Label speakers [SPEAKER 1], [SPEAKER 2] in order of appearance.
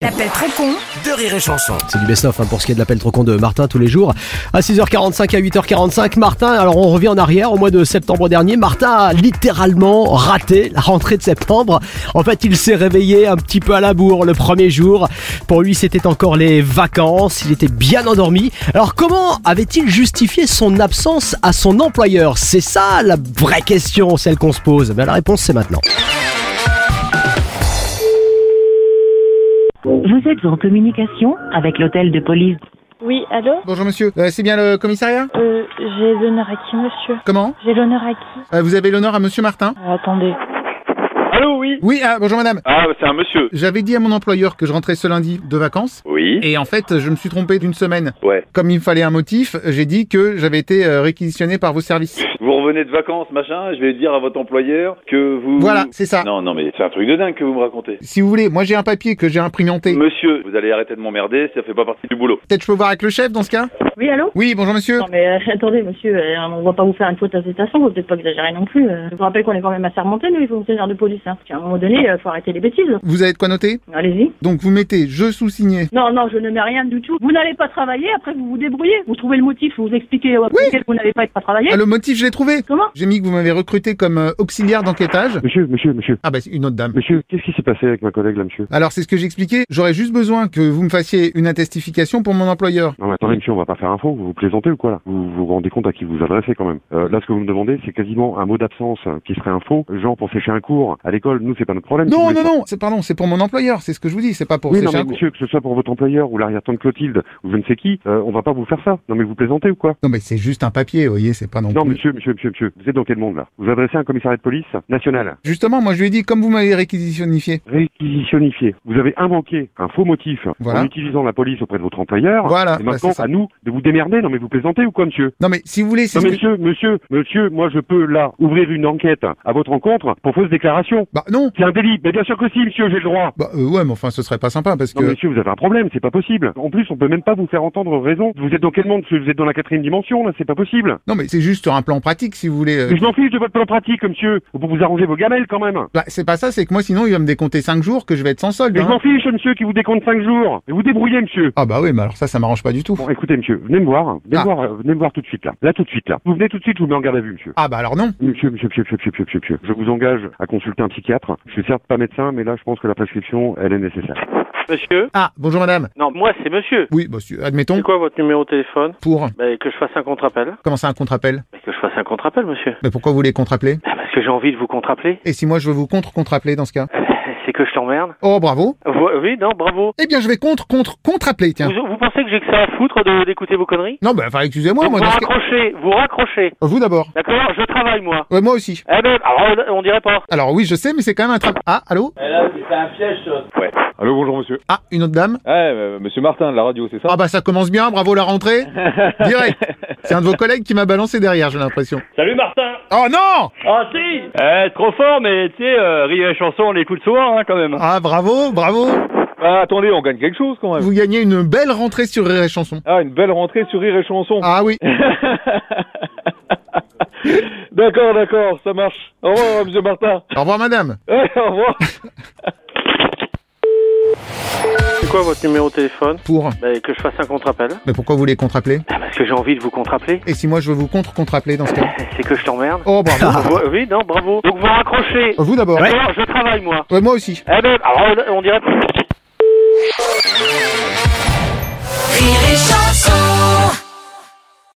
[SPEAKER 1] L'appel très con
[SPEAKER 2] De Rire et Chanson.
[SPEAKER 3] C'est du best-of hein, pour ce qui est de l'appel trop con de Martin tous les jours. À 6h45 à 8h45, Martin, alors on revient en arrière, au mois de septembre dernier, Martin a littéralement raté la rentrée de septembre. En fait, il s'est réveillé un petit peu à la bourre le premier jour. Pour lui, c'était encore les vacances, il était bien endormi. Alors comment avait-il justifié son absence à son employeur C'est ça la vraie question, celle qu'on se pose. Ben, la réponse, c'est maintenant.
[SPEAKER 4] Vous êtes en communication avec l'hôtel de police.
[SPEAKER 5] Oui, allô
[SPEAKER 6] Bonjour monsieur, Euh, c'est bien le commissariat
[SPEAKER 5] euh, J'ai l'honneur à qui, monsieur
[SPEAKER 6] Comment
[SPEAKER 5] J'ai l'honneur à qui
[SPEAKER 6] Euh, Vous avez l'honneur à monsieur Martin
[SPEAKER 5] Euh, Attendez.
[SPEAKER 7] Allô, oui
[SPEAKER 6] Oui, ah, bonjour madame.
[SPEAKER 7] Ah, c'est un monsieur.
[SPEAKER 6] J'avais dit à mon employeur que je rentrais ce lundi de vacances.
[SPEAKER 7] Oui
[SPEAKER 6] Et en fait, je me suis trompé d'une semaine.
[SPEAKER 7] Ouais.
[SPEAKER 6] Comme il me fallait un motif, j'ai dit que j'avais été euh, réquisitionné par vos services.
[SPEAKER 7] Vous revenez de vacances, machin, je vais dire à votre employeur que vous...
[SPEAKER 6] Voilà, c'est ça.
[SPEAKER 7] Non, non, mais c'est un truc de dingue que vous me racontez.
[SPEAKER 6] Si vous voulez, moi j'ai un papier que j'ai imprimanté.
[SPEAKER 7] Monsieur, vous allez arrêter de m'emmerder, ça fait pas partie du boulot.
[SPEAKER 6] Peut-être je peux voir avec le chef dans ce cas
[SPEAKER 5] Oui, allô
[SPEAKER 6] Oui, bonjour monsieur.
[SPEAKER 5] Non, mais euh, attendez, monsieur, euh, on va pas vous faire une faute à cette façon, vous peut-être pas exagérer non plus. euh. Je vous rappelle qu'on est quand même assermentés, nous, les fonctionnaires de police. Hein. Puis à un moment donné, euh, faut arrêter les bêtises.
[SPEAKER 6] Vous avez de quoi noter
[SPEAKER 5] Allez-y.
[SPEAKER 6] Donc vous mettez je sous-signé.
[SPEAKER 5] Non, non, je ne mets rien du tout. Vous n'allez pas travailler, après vous vous débrouillez. Vous trouvez le motif, vous expliquez euh, pour lequel vous n'allez pas être pas travaillé.
[SPEAKER 6] Ah, le motif, je l'ai trouvé.
[SPEAKER 5] Comment
[SPEAKER 6] J'ai mis que vous m'avez recruté comme euh, auxiliaire d'enquêtage.
[SPEAKER 8] Monsieur, monsieur, monsieur,
[SPEAKER 6] Ah bah c'est une autre dame.
[SPEAKER 8] monsieur, qu'est-ce qui s'est passé avec ma collègue là, monsieur
[SPEAKER 6] Alors c'est ce que j'expliquais. J'aurais juste besoin que vous me fassiez une attestification pour mon employeur.
[SPEAKER 8] Non mais attendez monsieur, on va pas faire un faux, vous vous plaisantez ou quoi là Vous vous rendez compte à qui vous vous adressez quand même Euh, Là ce que vous me demandez c'est quasiment un mot d'absence euh, qui serait un faux, genre pour sécher un cours à l'école, nous c'est pas notre problème. si vous
[SPEAKER 6] Non,
[SPEAKER 8] voulez.
[SPEAKER 6] non, non, c'est pardon, c'est pour mon employeur, c'est ce que je vous dis, c'est pas pour
[SPEAKER 8] Oui,
[SPEAKER 6] ces
[SPEAKER 8] non mais
[SPEAKER 6] chiens.
[SPEAKER 8] monsieur, que ce soit pour votre employeur ou l'arrière-temps de Clotilde ou je ne sais qui, euh, on va pas vous faire ça. Non mais vous plaisantez ou quoi
[SPEAKER 6] Non, mais c'est juste un papier, vous voyez, c'est pas non,
[SPEAKER 8] Non
[SPEAKER 6] plus.
[SPEAKER 8] monsieur, monsieur, monsieur, monsieur, vous êtes dans quel monde là Vous vous adressez à un commissariat de police national
[SPEAKER 6] Justement, moi je lui ai dit, comme vous m'avez réquisitionnifié,
[SPEAKER 8] réquisitionnifié. Vous avez inventé un faux motif
[SPEAKER 6] Voilà.
[SPEAKER 8] en utilisant la police auprès de votre employeur.
[SPEAKER 6] Voilà, bah,
[SPEAKER 8] Et Ah, maintenant,
[SPEAKER 6] c'est ça.
[SPEAKER 8] à nous de vous démerder. Non mais vous plaisantez ou quoi, monsieur
[SPEAKER 6] non mais si vous voulez, c'est
[SPEAKER 8] Non,
[SPEAKER 6] ce que-
[SPEAKER 8] monsieur, monsieur, monsieur, moi je peux là ouvrir une enquête à votre rencontre pour fausse déclaration.
[SPEAKER 6] Bah non
[SPEAKER 8] C'est un délit. Mais bien sûr que si, monsieur, j'ai le droit.
[SPEAKER 6] Bah euh, ouais, mais enfin, ce serait pas sympa parce
[SPEAKER 8] Non,
[SPEAKER 6] que.
[SPEAKER 8] monsieur, vous avez un problème, c'est pas possible. En plus, on peut même pas vous faire entendre raison. Vous êtes dans quel monde Vous êtes dans la quatrième dimension, là, c'est pas possible.
[SPEAKER 6] Non, mais c'est juste sur un plan pratique, si vous voulez. euh,
[SPEAKER 8] Mais je m'en fiche de votre plan pratique, monsieur. Vous vous arrangez vos gamelles quand même.
[SPEAKER 6] Bah, c'est pas ça, c'est que moi sinon il va me décompter 5 jours que je vais être sans solde.
[SPEAKER 8] Mais je
[SPEAKER 6] hein.
[SPEAKER 8] m'en fiche, monsieur, qui vous décompte cinq jours. Et vous débrouillez, monsieur.
[SPEAKER 6] Ah bah oui, mais alors ça, ça m'arrange pas du tout.
[SPEAKER 8] Bon, écoutez, monsieur, venez me voir. Venez
[SPEAKER 6] Ah.
[SPEAKER 8] me voir, euh, venez me voir tout de suite, là. Là, tout de suite, là. Vous venez tout de suite, je vous mets en garde à vue, monsieur.
[SPEAKER 6] Ah bah alors non
[SPEAKER 8] Monsieur, monsieur, monsieur, monsieur, monsieur, monsieur, monsieur, je vous engage à consulter un psychiatre. Je suis certes pas médecin, mais là, je pense que la prescription, elle est nécessaire.
[SPEAKER 9] Monsieur
[SPEAKER 6] Ah, bonjour madame
[SPEAKER 9] Non, moi c'est monsieur.
[SPEAKER 6] Oui, bah, si- admettons,
[SPEAKER 9] C'est quoi votre numéro de téléphone
[SPEAKER 6] pour
[SPEAKER 9] bah, Que je fasse un contre-appel.
[SPEAKER 6] commencer un contre-appel.
[SPEAKER 9] Bah, que je fasse un contre-appel, monsieur.
[SPEAKER 6] Mais pourquoi vous voulez contre-appeler
[SPEAKER 9] Bah, parce que j'ai envie de vous contre-appeler.
[SPEAKER 6] Et si moi je veux vous contre-contre-appeler dans ce cas
[SPEAKER 9] Euh, C'est que je t'emmerde.
[SPEAKER 6] Oh, bravo
[SPEAKER 9] Vo- Oui, non, bravo.
[SPEAKER 6] Eh bien, je vais contre-contre-contre-appeler, tiens.
[SPEAKER 9] Vous, vous pensez que j'ai que ça à foutre de- d'écouter vos conneries
[SPEAKER 6] Non, bah, enfin, excusez-moi, moi,
[SPEAKER 9] Vous
[SPEAKER 6] dans ce cas...
[SPEAKER 9] raccrochez, vous raccrochez.
[SPEAKER 6] Vous d'abord.
[SPEAKER 9] D'accord Je travaille, moi.
[SPEAKER 6] Ouais, moi aussi.
[SPEAKER 9] Eh ben, alors, on, on dirait pas.
[SPEAKER 6] Alors oui, je sais, mais c'est quand même un trap. Ah, allô
[SPEAKER 10] Allô, bonjour monsieur.
[SPEAKER 6] Ah, une autre dame
[SPEAKER 10] Eh, euh, monsieur Martin de la radio, c'est ça
[SPEAKER 6] Ah bah ça commence bien, bravo la rentrée. Direct. C'est un de vos collègues qui m'a balancé derrière, j'ai l'impression.
[SPEAKER 7] Salut Martin
[SPEAKER 6] Oh non
[SPEAKER 7] Ah si Eh, trop fort, mais tu sais, euh, rire et chanson, on l'écoute souvent, hein, quand même.
[SPEAKER 6] Ah bravo, bravo.
[SPEAKER 10] Ah, attendez, on gagne quelque chose quand même.
[SPEAKER 6] Vous gagnez une belle rentrée sur Rire et Chanson.
[SPEAKER 10] Ah, une belle rentrée sur Rire et Chanson.
[SPEAKER 6] Ah oui.
[SPEAKER 10] d'accord, d'accord, ça marche. Au revoir, euh, monsieur Martin.
[SPEAKER 6] Au revoir madame.
[SPEAKER 10] Ouais, au revoir.
[SPEAKER 9] C'est quoi votre numéro de téléphone
[SPEAKER 6] Pour.
[SPEAKER 9] bah, Que je fasse un contre-appel.
[SPEAKER 6] Mais pourquoi vous voulez contre-appeler
[SPEAKER 9] Bah, parce que j'ai envie de vous contre-appeler.
[SPEAKER 6] Et si moi je veux vous contre-contre-appeler dans ce cas
[SPEAKER 9] C'est que je t'emmerde.
[SPEAKER 6] Oh bravo.
[SPEAKER 9] Vo- Oui, non, bravo. Donc vous raccrochez.
[SPEAKER 6] Vous d'abord.
[SPEAKER 9] D'accord Je travaille, moi.
[SPEAKER 6] Ouais, moi aussi.
[SPEAKER 9] Eh ben, alors, on, on dirait pas.